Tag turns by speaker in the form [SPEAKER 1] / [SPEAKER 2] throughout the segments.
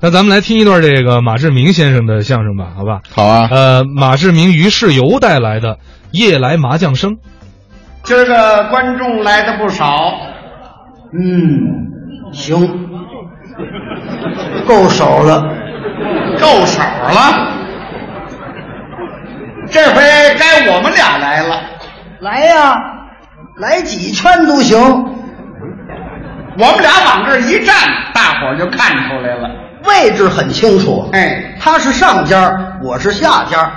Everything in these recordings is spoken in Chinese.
[SPEAKER 1] 那咱们来听一段这个马志明先生的相声吧，好吧？
[SPEAKER 2] 好啊，
[SPEAKER 1] 呃，马志明于世游带来的《夜来麻将声》。
[SPEAKER 3] 今儿个观众来的不少，嗯，行，够手了，够手了。这回该我们俩来了，
[SPEAKER 4] 来呀、来几圈都行。
[SPEAKER 3] 我们俩往这儿一站，大伙儿就看出来了。
[SPEAKER 4] 位置很清楚，
[SPEAKER 3] 哎，
[SPEAKER 4] 他是上家儿，我是下家儿。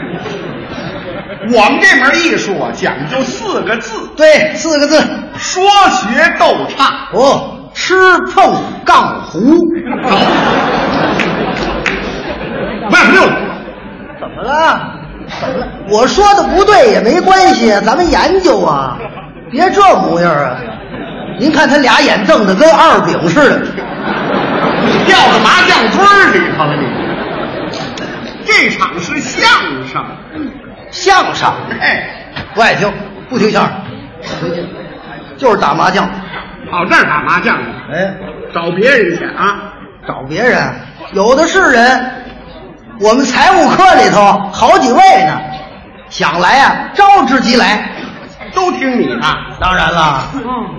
[SPEAKER 3] 我们这门艺术啊，讲究四个字：
[SPEAKER 4] 对，四个字，
[SPEAKER 3] 说学逗唱。
[SPEAKER 4] 哦，吃碰杠 胡。
[SPEAKER 3] 慢溜，
[SPEAKER 4] 怎么了？怎么了？我说的不对也没关系，咱们研究啊，别这模样啊！您看他俩眼瞪得跟二饼似的。
[SPEAKER 3] 你掉到麻将堆儿里头了你。这场是相声，
[SPEAKER 4] 相声
[SPEAKER 3] 哎，
[SPEAKER 4] 不爱听，不听相声，回去就是打麻将。
[SPEAKER 3] 跑哦这儿打麻将去，
[SPEAKER 4] 哎，
[SPEAKER 3] 找别人去啊！
[SPEAKER 4] 找别人，有的是人。我们财务科里头好几位呢，想来啊，招之即来。
[SPEAKER 3] 都听你的，嗯
[SPEAKER 4] 当然了，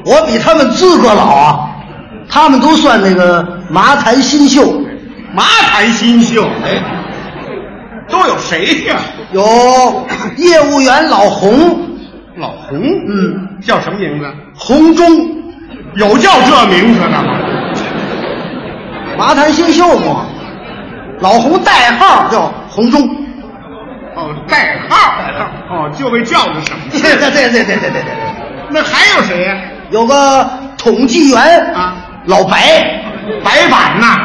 [SPEAKER 4] 我比他们资格老啊，他们都算那个麻坛新秀。
[SPEAKER 3] 麻烦新秀，哎，都有谁呀？
[SPEAKER 4] 有业务员老洪，
[SPEAKER 3] 老洪，
[SPEAKER 4] 嗯，
[SPEAKER 3] 叫什么名字？
[SPEAKER 4] 洪忠，
[SPEAKER 3] 有叫这名字的吗？
[SPEAKER 4] 麻坛新秀嘛。老洪代号叫洪忠。
[SPEAKER 3] 哦，代号，代号，哦，就为叫个省
[SPEAKER 4] 对
[SPEAKER 3] 去。
[SPEAKER 4] 对对对对对对对。
[SPEAKER 3] 那还有谁呀？
[SPEAKER 4] 有个统计员
[SPEAKER 3] 啊，
[SPEAKER 4] 老白，
[SPEAKER 3] 白板呐，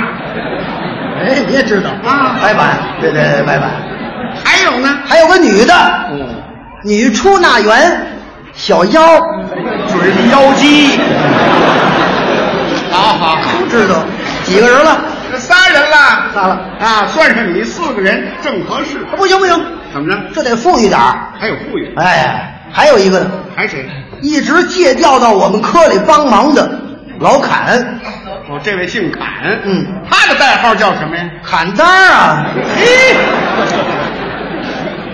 [SPEAKER 4] 哎，你也知道
[SPEAKER 3] 啊
[SPEAKER 4] 白板，对对对，白板。
[SPEAKER 3] 还有呢？
[SPEAKER 4] 还有个女的，
[SPEAKER 3] 哦，
[SPEAKER 4] 女出纳员，小妖，
[SPEAKER 3] 准是妖姬。好好好，
[SPEAKER 4] 知道几个人了？
[SPEAKER 3] 这仨人了，
[SPEAKER 4] 仨了。
[SPEAKER 3] 啊，算上你四个人正合适。
[SPEAKER 4] 不行不行，
[SPEAKER 3] 怎么着？
[SPEAKER 4] 这得富裕点儿。
[SPEAKER 3] 还有富裕，
[SPEAKER 4] 哎，还有一个呢，
[SPEAKER 3] 还谁？
[SPEAKER 4] 一直借调到我们科里帮忙的老侃，
[SPEAKER 3] 哦，这位姓侃，
[SPEAKER 4] 嗯，
[SPEAKER 3] 他的代号叫什么呀？
[SPEAKER 4] 侃单儿啊，
[SPEAKER 3] 嘿，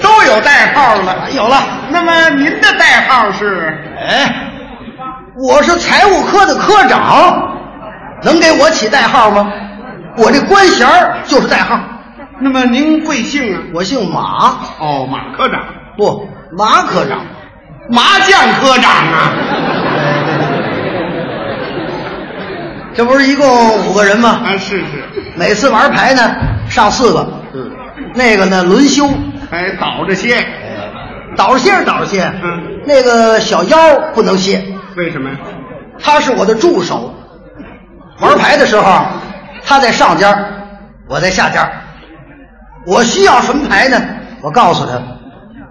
[SPEAKER 3] 都有代号了，有了。那么您的代号是？
[SPEAKER 4] 哎，我是财务科的科长，能给我起代号吗？我这官衔儿就是代号。
[SPEAKER 3] 那么您贵姓啊？
[SPEAKER 4] 我姓马，
[SPEAKER 3] 哦，马科长，
[SPEAKER 4] 不，马科长。
[SPEAKER 3] 麻将科长啊。
[SPEAKER 4] 这不是一共五个人吗？
[SPEAKER 3] 啊，是是，
[SPEAKER 4] 每次玩牌呢，上四个，那个呢轮休，
[SPEAKER 3] 嗯哎，倒着些，
[SPEAKER 4] 倒着歇是倒着歇。
[SPEAKER 3] 嗯
[SPEAKER 4] 那个小妖不能歇，
[SPEAKER 3] 为什么呀？
[SPEAKER 4] 他是我的助手。玩牌的时候，他在上家，我在下家。我需要什么牌呢？我告诉他，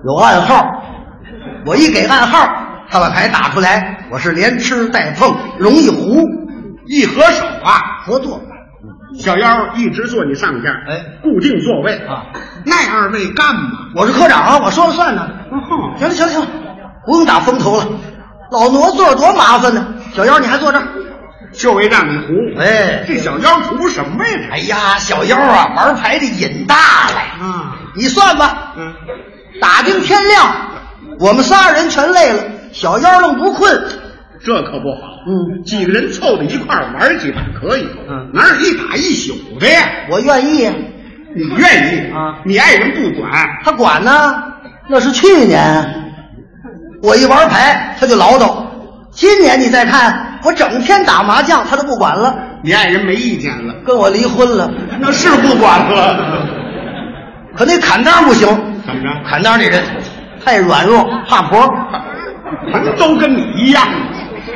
[SPEAKER 4] 有暗号。我一给暗号，他把牌打出来，我是连吃带碰，容易胡，
[SPEAKER 3] 一合手啊，
[SPEAKER 4] 合作。
[SPEAKER 3] 小妖一直坐你上边，
[SPEAKER 4] 哎，
[SPEAKER 3] 固定座位啊。那二位干嘛？
[SPEAKER 4] 我是科长啊，我说了算呢。行了行了行了，不用打风头了，老挪座多麻烦呢。小妖你还坐这儿？
[SPEAKER 3] 就为让你胡。
[SPEAKER 4] 哎
[SPEAKER 3] 这小妖图什么啊呀？
[SPEAKER 4] 哎呀，小妖啊，玩牌的瘾大了。
[SPEAKER 3] 这啊，
[SPEAKER 4] 你算吧，
[SPEAKER 3] 嗯，
[SPEAKER 4] 打定天亮，我们仨人全累了，小妖愣不困。
[SPEAKER 3] 这可不好。
[SPEAKER 4] 嗯，
[SPEAKER 3] 几个人凑到一块儿玩几把可以，
[SPEAKER 4] 嗯
[SPEAKER 3] 哪有一打一宿的呀？
[SPEAKER 4] 我愿意啊，
[SPEAKER 3] 你愿意
[SPEAKER 4] 啊？
[SPEAKER 3] 你爱人不管，
[SPEAKER 4] 他管呢。那是去年，我一玩牌他就唠叨。今年你再看，我整天打麻将，他都不管了，
[SPEAKER 3] 你爱人没意见了，
[SPEAKER 4] 跟我离婚了。
[SPEAKER 3] 那是不管了。
[SPEAKER 4] 可那砍单不行，
[SPEAKER 3] 怎么着？
[SPEAKER 4] 砍单这人太软弱，怕婆。
[SPEAKER 3] 反正都跟你一样。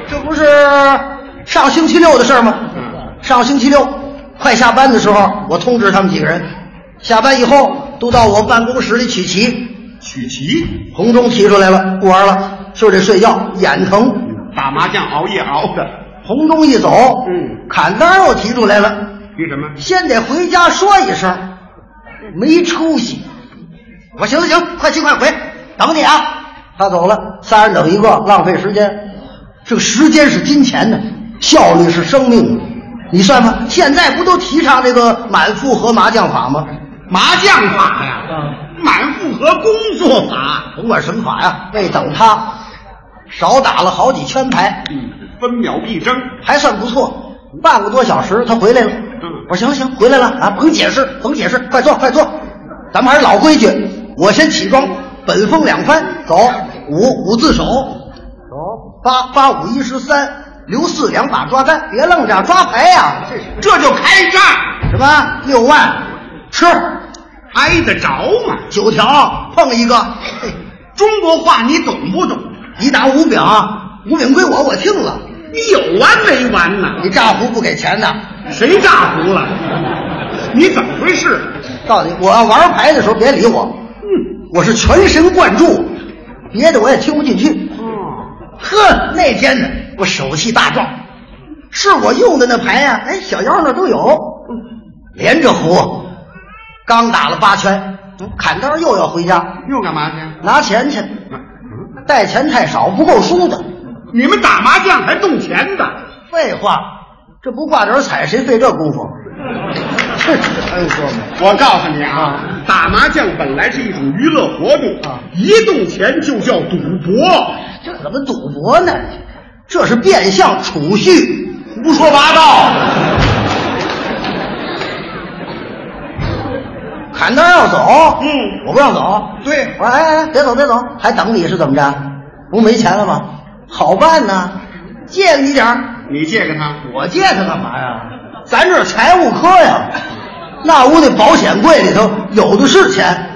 [SPEAKER 4] 这不是上星期六的事儿吗？
[SPEAKER 3] 嗯，
[SPEAKER 4] 上星期六快下班的时候，我通知他们几个人，下班以后都到我办公室里取棋。
[SPEAKER 3] 曲奇
[SPEAKER 4] 红中提出来了，不玩了，就得睡觉，眼疼。
[SPEAKER 3] 打麻将熬夜熬的，
[SPEAKER 4] 红中一走，
[SPEAKER 3] 嗯，
[SPEAKER 4] 砍单又提出来了，
[SPEAKER 3] 为什么？
[SPEAKER 4] 先得回家说一声，没出息。我说行了行，快去快回，等你啊。他走了，仨人等一个，浪费时间。这个时间是金钱呢，效率是生命。你算吧，现在不都提倡这个满负荷麻将法吗？
[SPEAKER 3] 麻将法呀，满负荷工作法，
[SPEAKER 4] 甭管什么法呀，为等他少打了好几圈牌，
[SPEAKER 3] 分秒必争。
[SPEAKER 4] 还算不错，半个多小时他回来了。我说行行，回来了啊，甭解释，甭解释，快坐快坐，咱们还是老规矩，我先起庄，本风两番，走五五字手，走八八五一十三，留四两把抓单，别愣着抓牌呀、
[SPEAKER 3] 这就开战，
[SPEAKER 4] 什么六万，吃
[SPEAKER 3] 挨得着吗？
[SPEAKER 4] 九条碰一个，嘿
[SPEAKER 3] 中国话你懂不懂？
[SPEAKER 4] 你打五饼，五饼归我，我听了，
[SPEAKER 3] 你有完没完呢？
[SPEAKER 4] 你诈胡不给钱呐？
[SPEAKER 3] 谁炸胡了？你怎么回事？
[SPEAKER 4] 告诉你，我要玩牌的时候别理我，
[SPEAKER 3] 嗯，
[SPEAKER 4] 我是全神贯注，别的我也听不进去。
[SPEAKER 3] 哦，
[SPEAKER 4] 呵，那天呢，我手气大壮，是我用的那牌呀、哎，小妖那都有，连着胡，刚打了八圈，嗯砍刀又要回家
[SPEAKER 3] 又干嘛去？
[SPEAKER 4] 拿钱去，带钱太少，不够输的。
[SPEAKER 3] 你们打麻将还动钱的？
[SPEAKER 4] 废话，这不挂点彩，谁费这功夫？ 这能说吗？
[SPEAKER 3] 我告诉你啊，打麻将本来是一种娱乐活动
[SPEAKER 4] 啊
[SPEAKER 3] 一动钱就叫赌博。
[SPEAKER 4] 这怎么赌博呢？这是变相储蓄。
[SPEAKER 3] 胡说八道！
[SPEAKER 4] 砍刀要走，
[SPEAKER 3] 嗯
[SPEAKER 4] 我不让走。
[SPEAKER 3] 对
[SPEAKER 4] 我说哎哎，哎别走别走，还等你是怎么着？不没钱了吗？好办呐，借你点儿。
[SPEAKER 3] 你借给他，
[SPEAKER 4] 我借他干嘛呀？咱这是财务科呀，那屋那保险柜里头有的是钱，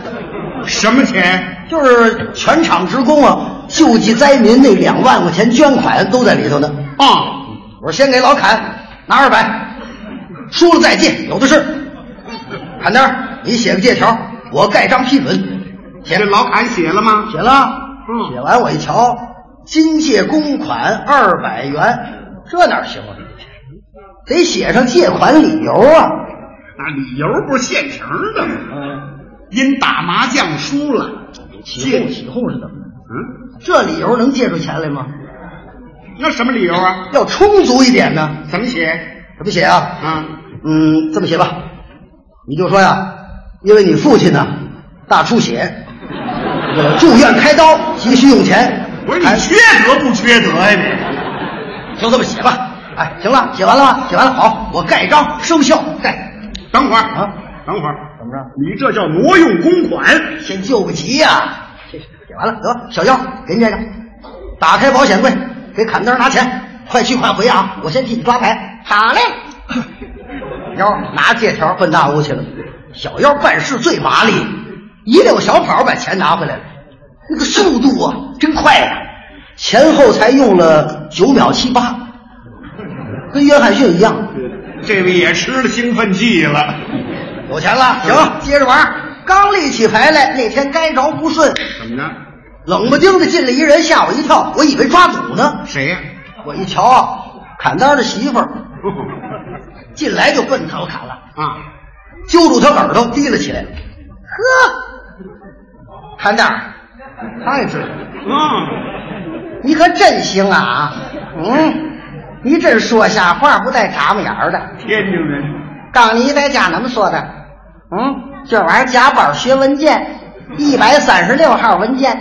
[SPEAKER 3] 什么钱？
[SPEAKER 4] 就是全厂职工啊，救济灾民那两万块钱捐款都在里头呢。
[SPEAKER 3] 啊、
[SPEAKER 4] 我说先给老砍，拿二百，输了再借，有的是。砍单儿，你写个借条，我盖章批准。写
[SPEAKER 3] 这老坎写了吗？
[SPEAKER 4] 写了，
[SPEAKER 3] 嗯
[SPEAKER 4] 写完我一瞧，今借公款二百元，这哪行啊？得写上借款理由啊！
[SPEAKER 3] 那理由不是现成的吗？因打麻将输了，
[SPEAKER 4] 起
[SPEAKER 3] 借
[SPEAKER 4] 哄起哄是怎么的？
[SPEAKER 3] 嗯，
[SPEAKER 4] 这理由能借出钱来吗？
[SPEAKER 3] 那什么理由啊？
[SPEAKER 4] 要充足一点呢。
[SPEAKER 3] 怎么写？
[SPEAKER 4] 怎么写啊？
[SPEAKER 3] 啊，
[SPEAKER 4] 嗯，这么写吧，你就说呀，因为你父亲呢大出血，呃住院开刀，急需用钱，
[SPEAKER 3] 不是你
[SPEAKER 4] 还
[SPEAKER 3] 缺德不缺德呀、
[SPEAKER 4] 就这么写吧。哎，行了，写完了吧？写完了，好，我盖章生效，盖。
[SPEAKER 3] 你等会儿
[SPEAKER 4] 啊，
[SPEAKER 3] 等会儿，
[SPEAKER 4] 怎么着？
[SPEAKER 3] 你这叫挪用公款。
[SPEAKER 4] 先救不急呀、这写完了，得小妖给你这个，打开保险柜，给砍刀拿钱，快去快回啊！我先替你抓牌。好嘞。 妖拿借条奔大屋去了。小妖办事最麻利，一溜小跑把钱拿回来了，那个速度啊，真快呀、前后才用了九秒七八，跟约翰逊一样。
[SPEAKER 3] 这位也吃了兴奋剂了，
[SPEAKER 4] 有钱了，行，接着玩儿。刚立起牌来，那天该着不顺，
[SPEAKER 3] 怎么着？
[SPEAKER 4] 冷不丁的进来一人，吓我一跳，我以为抓赌呢。
[SPEAKER 3] 谁 呀、
[SPEAKER 4] 我一瞧啊，砍刀的媳妇儿进来就奔他我砍了，
[SPEAKER 3] 啊？
[SPEAKER 4] 揪住他耳朵提了起来。呵，砍刀，太准了，
[SPEAKER 3] 嗯，
[SPEAKER 4] 你可真行啊！嗯，你真说瞎话不带眨巴眼儿的。
[SPEAKER 3] 天津人，
[SPEAKER 4] 刚你在家怎么说的？嗯，今晚上加班学文件，一百三十六号文件，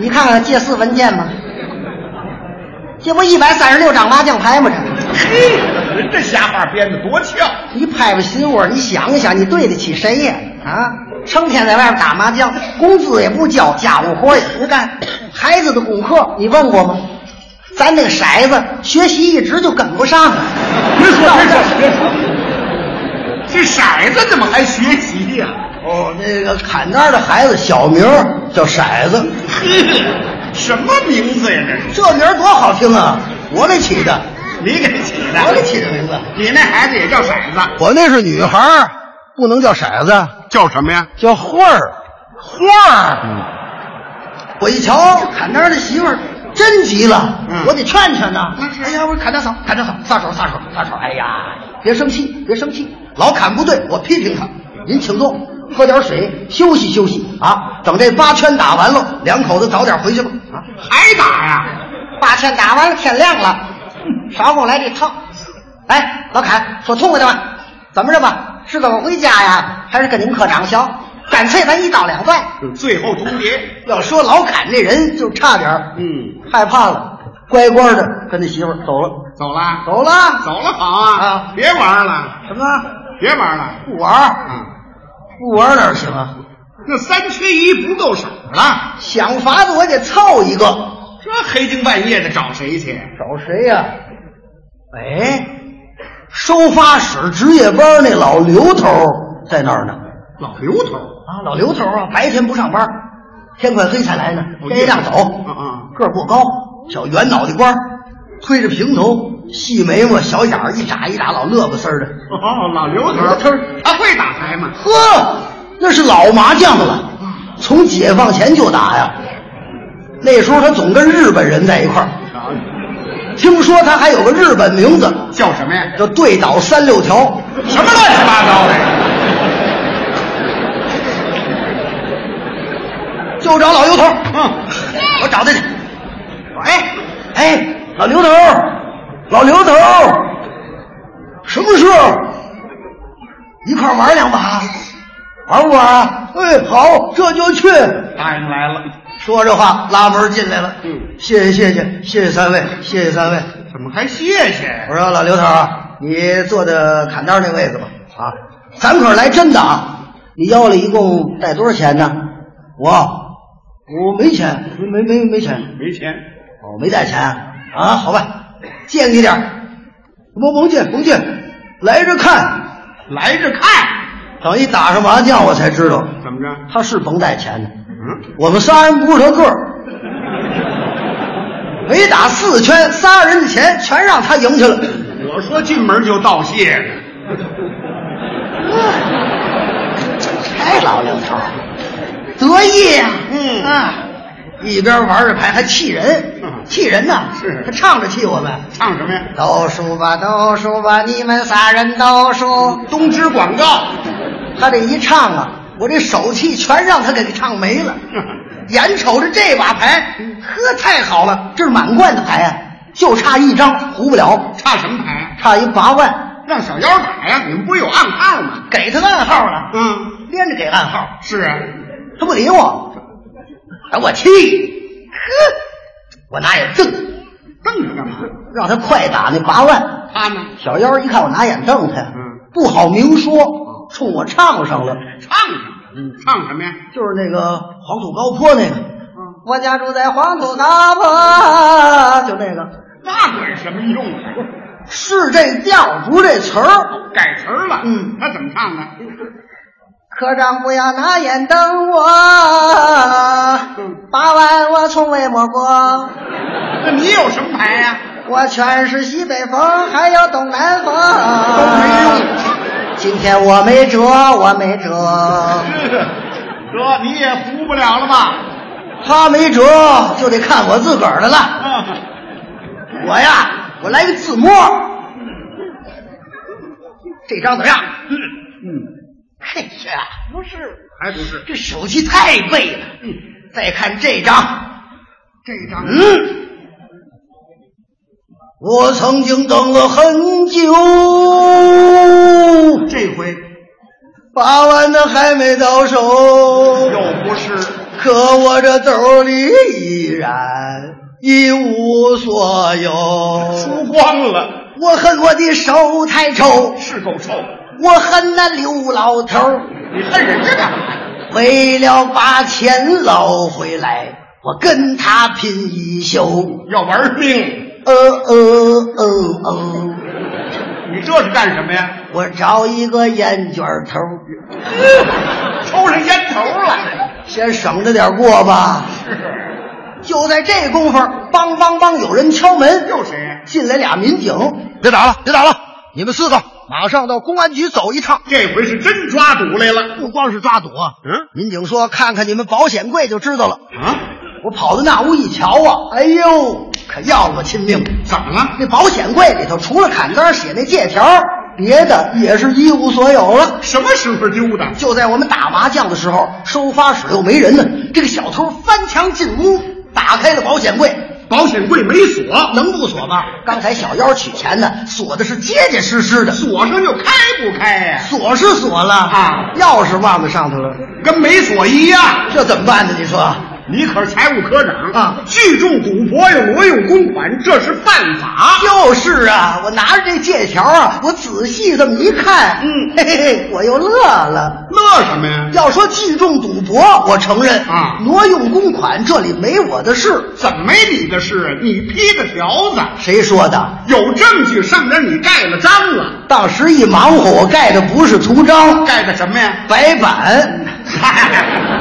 [SPEAKER 4] 你看看借四文件吧，这不一百三十六张麻将牌吗？这，
[SPEAKER 3] 嘿，人这瞎话编的多俏。
[SPEAKER 4] 你拍拍心窝，你想一想，你对得起谁呀？啊，成天在外边打麻将，工资也不交，家务活也不干，孩子的功课你问过吗？咱那个骰子学习一直就跟不上啊，
[SPEAKER 3] 别说，别说，别说。这骰子怎么还学习呀、
[SPEAKER 4] 哦，那个砍单的孩子小名儿叫骰子，
[SPEAKER 3] 嘿，什么名字呀？这是
[SPEAKER 4] 这名儿多好听啊！我给起的，
[SPEAKER 3] 你给起的？
[SPEAKER 4] 我给起的名字。
[SPEAKER 3] 你那孩子也叫骰子？
[SPEAKER 4] 我那是女孩儿，不能叫骰子，
[SPEAKER 3] 叫什么呀？
[SPEAKER 4] 叫花儿，花儿。我一瞧砍单的媳妇儿真急了，
[SPEAKER 3] 嗯
[SPEAKER 4] 我得劝劝呐
[SPEAKER 3] 那是。
[SPEAKER 4] 哎呀，我说砍单嫂，砍单嫂，撒手撒手撒手！哎呀，别生气，别生气，老砍不对，我批评他。您请坐，喝点水，休息休息啊。等这八圈打完了，两口子早点回去吧啊。
[SPEAKER 3] 哎还打呀？
[SPEAKER 4] 八圈打完了，天亮了，少跟我来这套。哎，老凯，说痛快的吧，怎么着吧？是跟我回家呀，还是跟你们科长学？干脆咱一刀两断。
[SPEAKER 3] 最后通牒，
[SPEAKER 4] 要说老侃这人，就差点儿
[SPEAKER 3] 嗯，
[SPEAKER 4] 害怕了，乖乖的跟他媳妇儿走了，
[SPEAKER 3] 走了，
[SPEAKER 4] 走了。
[SPEAKER 3] 走了，好啊，
[SPEAKER 4] 啊
[SPEAKER 3] 别玩了，
[SPEAKER 4] 什么？
[SPEAKER 3] 别玩了，
[SPEAKER 4] 不玩儿？
[SPEAKER 3] 啊，
[SPEAKER 4] 不玩儿哪行啊？
[SPEAKER 3] 那三缺一不够使了，
[SPEAKER 4] 想法子我得凑一个。
[SPEAKER 3] 这黑更半夜的找谁去？
[SPEAKER 4] 找谁呀、哎，收发室值夜班那老刘头儿在那儿呢。
[SPEAKER 3] 老刘头，
[SPEAKER 4] 啊，老刘头儿啊，白天不上班，天快黑才来呢
[SPEAKER 3] 哦，
[SPEAKER 4] 跟一让走。
[SPEAKER 3] 嗯嗯
[SPEAKER 4] 个儿过高，小圆脑袋瓜儿，推着平头，细眉毛，小眼儿一眨一眨，老乐不丝儿的。
[SPEAKER 3] 哦，老刘头，
[SPEAKER 4] 老头儿
[SPEAKER 3] 他会打牌吗？
[SPEAKER 4] 呵，那是老麻将了，从解放前就打呀。那时候他总跟日本人在一块儿，
[SPEAKER 3] 瞧瞧
[SPEAKER 4] 听说他还有个日本名字，
[SPEAKER 3] 叫什么呀？
[SPEAKER 4] 叫对倒三六条。
[SPEAKER 3] 什么乱七八糟的呀？
[SPEAKER 4] 就找老刘头。
[SPEAKER 3] 嗯，
[SPEAKER 4] 我找他去。我说哎哎，老刘头，老刘头，什么事？一块儿玩两把，玩不玩啊？哎，好，这就去。
[SPEAKER 3] 答应来了，
[SPEAKER 4] 说这话拉门进来了。
[SPEAKER 3] 嗯，
[SPEAKER 4] 谢谢谢谢谢谢三位，谢谢三位。
[SPEAKER 3] 怎么还谢谢？
[SPEAKER 4] 我说老刘头啊，你坐的砍刀那位子吧。啊，咱可是来真的啊！你腰里一共带多少钱呢？我
[SPEAKER 3] 我
[SPEAKER 4] 没钱，没没没没钱。
[SPEAKER 3] 没钱，
[SPEAKER 4] 哦，没带钱啊？啊好吧，借你点儿甭甭借，甭借，来这看。
[SPEAKER 3] 来这看，
[SPEAKER 4] 等一打上麻将，我才知道
[SPEAKER 3] 怎么着？
[SPEAKER 4] 他是甭带钱的。
[SPEAKER 3] 嗯，
[SPEAKER 4] 我们仨人不是他个儿，没打四圈，仨人的钱全让他赢去了。
[SPEAKER 3] 我说进门就道谢呢。
[SPEAKER 4] 太老刘头儿，得意呀、
[SPEAKER 3] 嗯
[SPEAKER 4] 啊，一边玩着牌还气人
[SPEAKER 3] 嗯，
[SPEAKER 4] 气人呐！
[SPEAKER 3] 是
[SPEAKER 4] 他唱着气我们。
[SPEAKER 3] 唱什么呀？
[SPEAKER 4] 都数吧，都数吧，你们仨人都数。
[SPEAKER 3] 东芝广告。
[SPEAKER 4] 他这一唱啊，我这手气全让他给唱没了。眼瞅着这把牌，呵，太好了，这是满贯的牌啊，就差一张胡不了，
[SPEAKER 3] 差什么牌？
[SPEAKER 4] 差一八万，
[SPEAKER 3] 让小妖打呀！你们不是有暗号吗？
[SPEAKER 4] 给他暗号了，
[SPEAKER 3] 嗯，
[SPEAKER 4] 连着给暗号，
[SPEAKER 3] 是啊，
[SPEAKER 4] 他不理我，哎，我气，呵，我拿眼瞪，
[SPEAKER 3] 瞪着干嘛？
[SPEAKER 4] 让他快打那八万。
[SPEAKER 3] 他呢？
[SPEAKER 4] 小妖一看我拿眼瞪他呀，
[SPEAKER 3] 嗯
[SPEAKER 4] 不好明说，冲我唱上了。
[SPEAKER 3] 唱什么？唱什么呀？
[SPEAKER 4] 就是那个黄土高坡那
[SPEAKER 3] 嗯
[SPEAKER 4] 个。我家住在黄土高坡，就那个
[SPEAKER 3] 那管什么用啊？
[SPEAKER 4] 是这调，不是这词儿。
[SPEAKER 3] 改词儿了。
[SPEAKER 4] 嗯
[SPEAKER 3] 他怎么唱啊的？
[SPEAKER 4] 科长不要拿眼瞪我，
[SPEAKER 3] 嗯
[SPEAKER 4] 八万我从未摸过，
[SPEAKER 3] 那你有什么牌啊呀？
[SPEAKER 4] 我全是西北风，还有东南风，都
[SPEAKER 3] 没用。
[SPEAKER 4] 今天我没辙，我没辙，
[SPEAKER 3] 得，你也服不了了吧？
[SPEAKER 4] 他没辙就得看我自个儿的了。
[SPEAKER 3] 嗯，
[SPEAKER 4] 我呀，我来个自摸。 这张怎么样？嘿呀，不是，
[SPEAKER 3] 嗯还不是？
[SPEAKER 4] 这手气太背了。
[SPEAKER 3] 嗯
[SPEAKER 4] 再看这张，
[SPEAKER 3] 这张
[SPEAKER 4] 嗯，我曾经等了很久，
[SPEAKER 3] 这回
[SPEAKER 4] 八万的还没到手，
[SPEAKER 3] 又不是
[SPEAKER 4] 可我这兜里依然一无所有。
[SPEAKER 3] 输光了，
[SPEAKER 4] 我恨我的手太臭，
[SPEAKER 3] 是够臭。
[SPEAKER 4] 我恨那刘老头儿，
[SPEAKER 3] 你恨人家干嘛？
[SPEAKER 4] 为了把钱捞回来，我跟他拼一宿。
[SPEAKER 3] 要玩命！
[SPEAKER 4] 呃呃呃呃，
[SPEAKER 3] 你这是干什么呀？
[SPEAKER 4] 我找一个烟卷头儿，
[SPEAKER 3] 抽上烟头了。
[SPEAKER 4] 先省着点过吧。
[SPEAKER 3] 是，
[SPEAKER 4] 就在这功夫，梆梆梆，有人敲门，
[SPEAKER 3] 又谁呀？
[SPEAKER 4] 进来俩民警。别打了，别打了，你们四个马上到公安局走一趟。
[SPEAKER 3] 这回是真抓赌来了。
[SPEAKER 4] 不光是抓赌啊，
[SPEAKER 3] 嗯
[SPEAKER 4] 民警说看看你们保险柜就知道了。
[SPEAKER 3] 啊，
[SPEAKER 4] 我跑到那屋一瞧啊，哎呦，可要了我亲命！
[SPEAKER 3] 怎么了？
[SPEAKER 4] 那保险柜里头除了砍杆写那借条，别的也是一无所有了。
[SPEAKER 3] 什么时候丢的？
[SPEAKER 4] 就在我们打麻将的时候，收发室又没人呢，这个小偷翻墙进屋，打开了保险柜，
[SPEAKER 3] 保险柜没锁，
[SPEAKER 4] 能不锁吗？刚才小妖取钱呢，锁的是结结实实的，
[SPEAKER 3] 锁上就开不开呀、
[SPEAKER 4] 锁是锁了
[SPEAKER 3] 啊
[SPEAKER 4] 钥匙忘在上头了，
[SPEAKER 3] 跟没锁一样。
[SPEAKER 4] 这怎么办呢？你说，
[SPEAKER 3] 你可是财务科长
[SPEAKER 4] 啊
[SPEAKER 3] 聚众赌博又挪用公款，这是犯法。
[SPEAKER 4] 就是啊，我拿着这借条啊，我仔细这么一看，
[SPEAKER 3] 嗯
[SPEAKER 4] 嘿嘿嘿，我又乐了。
[SPEAKER 3] 乐什么呀？
[SPEAKER 4] 要说聚众赌博，我承认
[SPEAKER 3] 啊
[SPEAKER 4] 挪用公款这里没我的事。
[SPEAKER 3] 怎么没你的事啊？你批的条子，
[SPEAKER 4] 谁说的？
[SPEAKER 3] 有证据上边你盖了章了，
[SPEAKER 4] 当时一忙活，我盖的不是图章，
[SPEAKER 3] 盖的什么呀？
[SPEAKER 4] 白板。
[SPEAKER 3] 嗨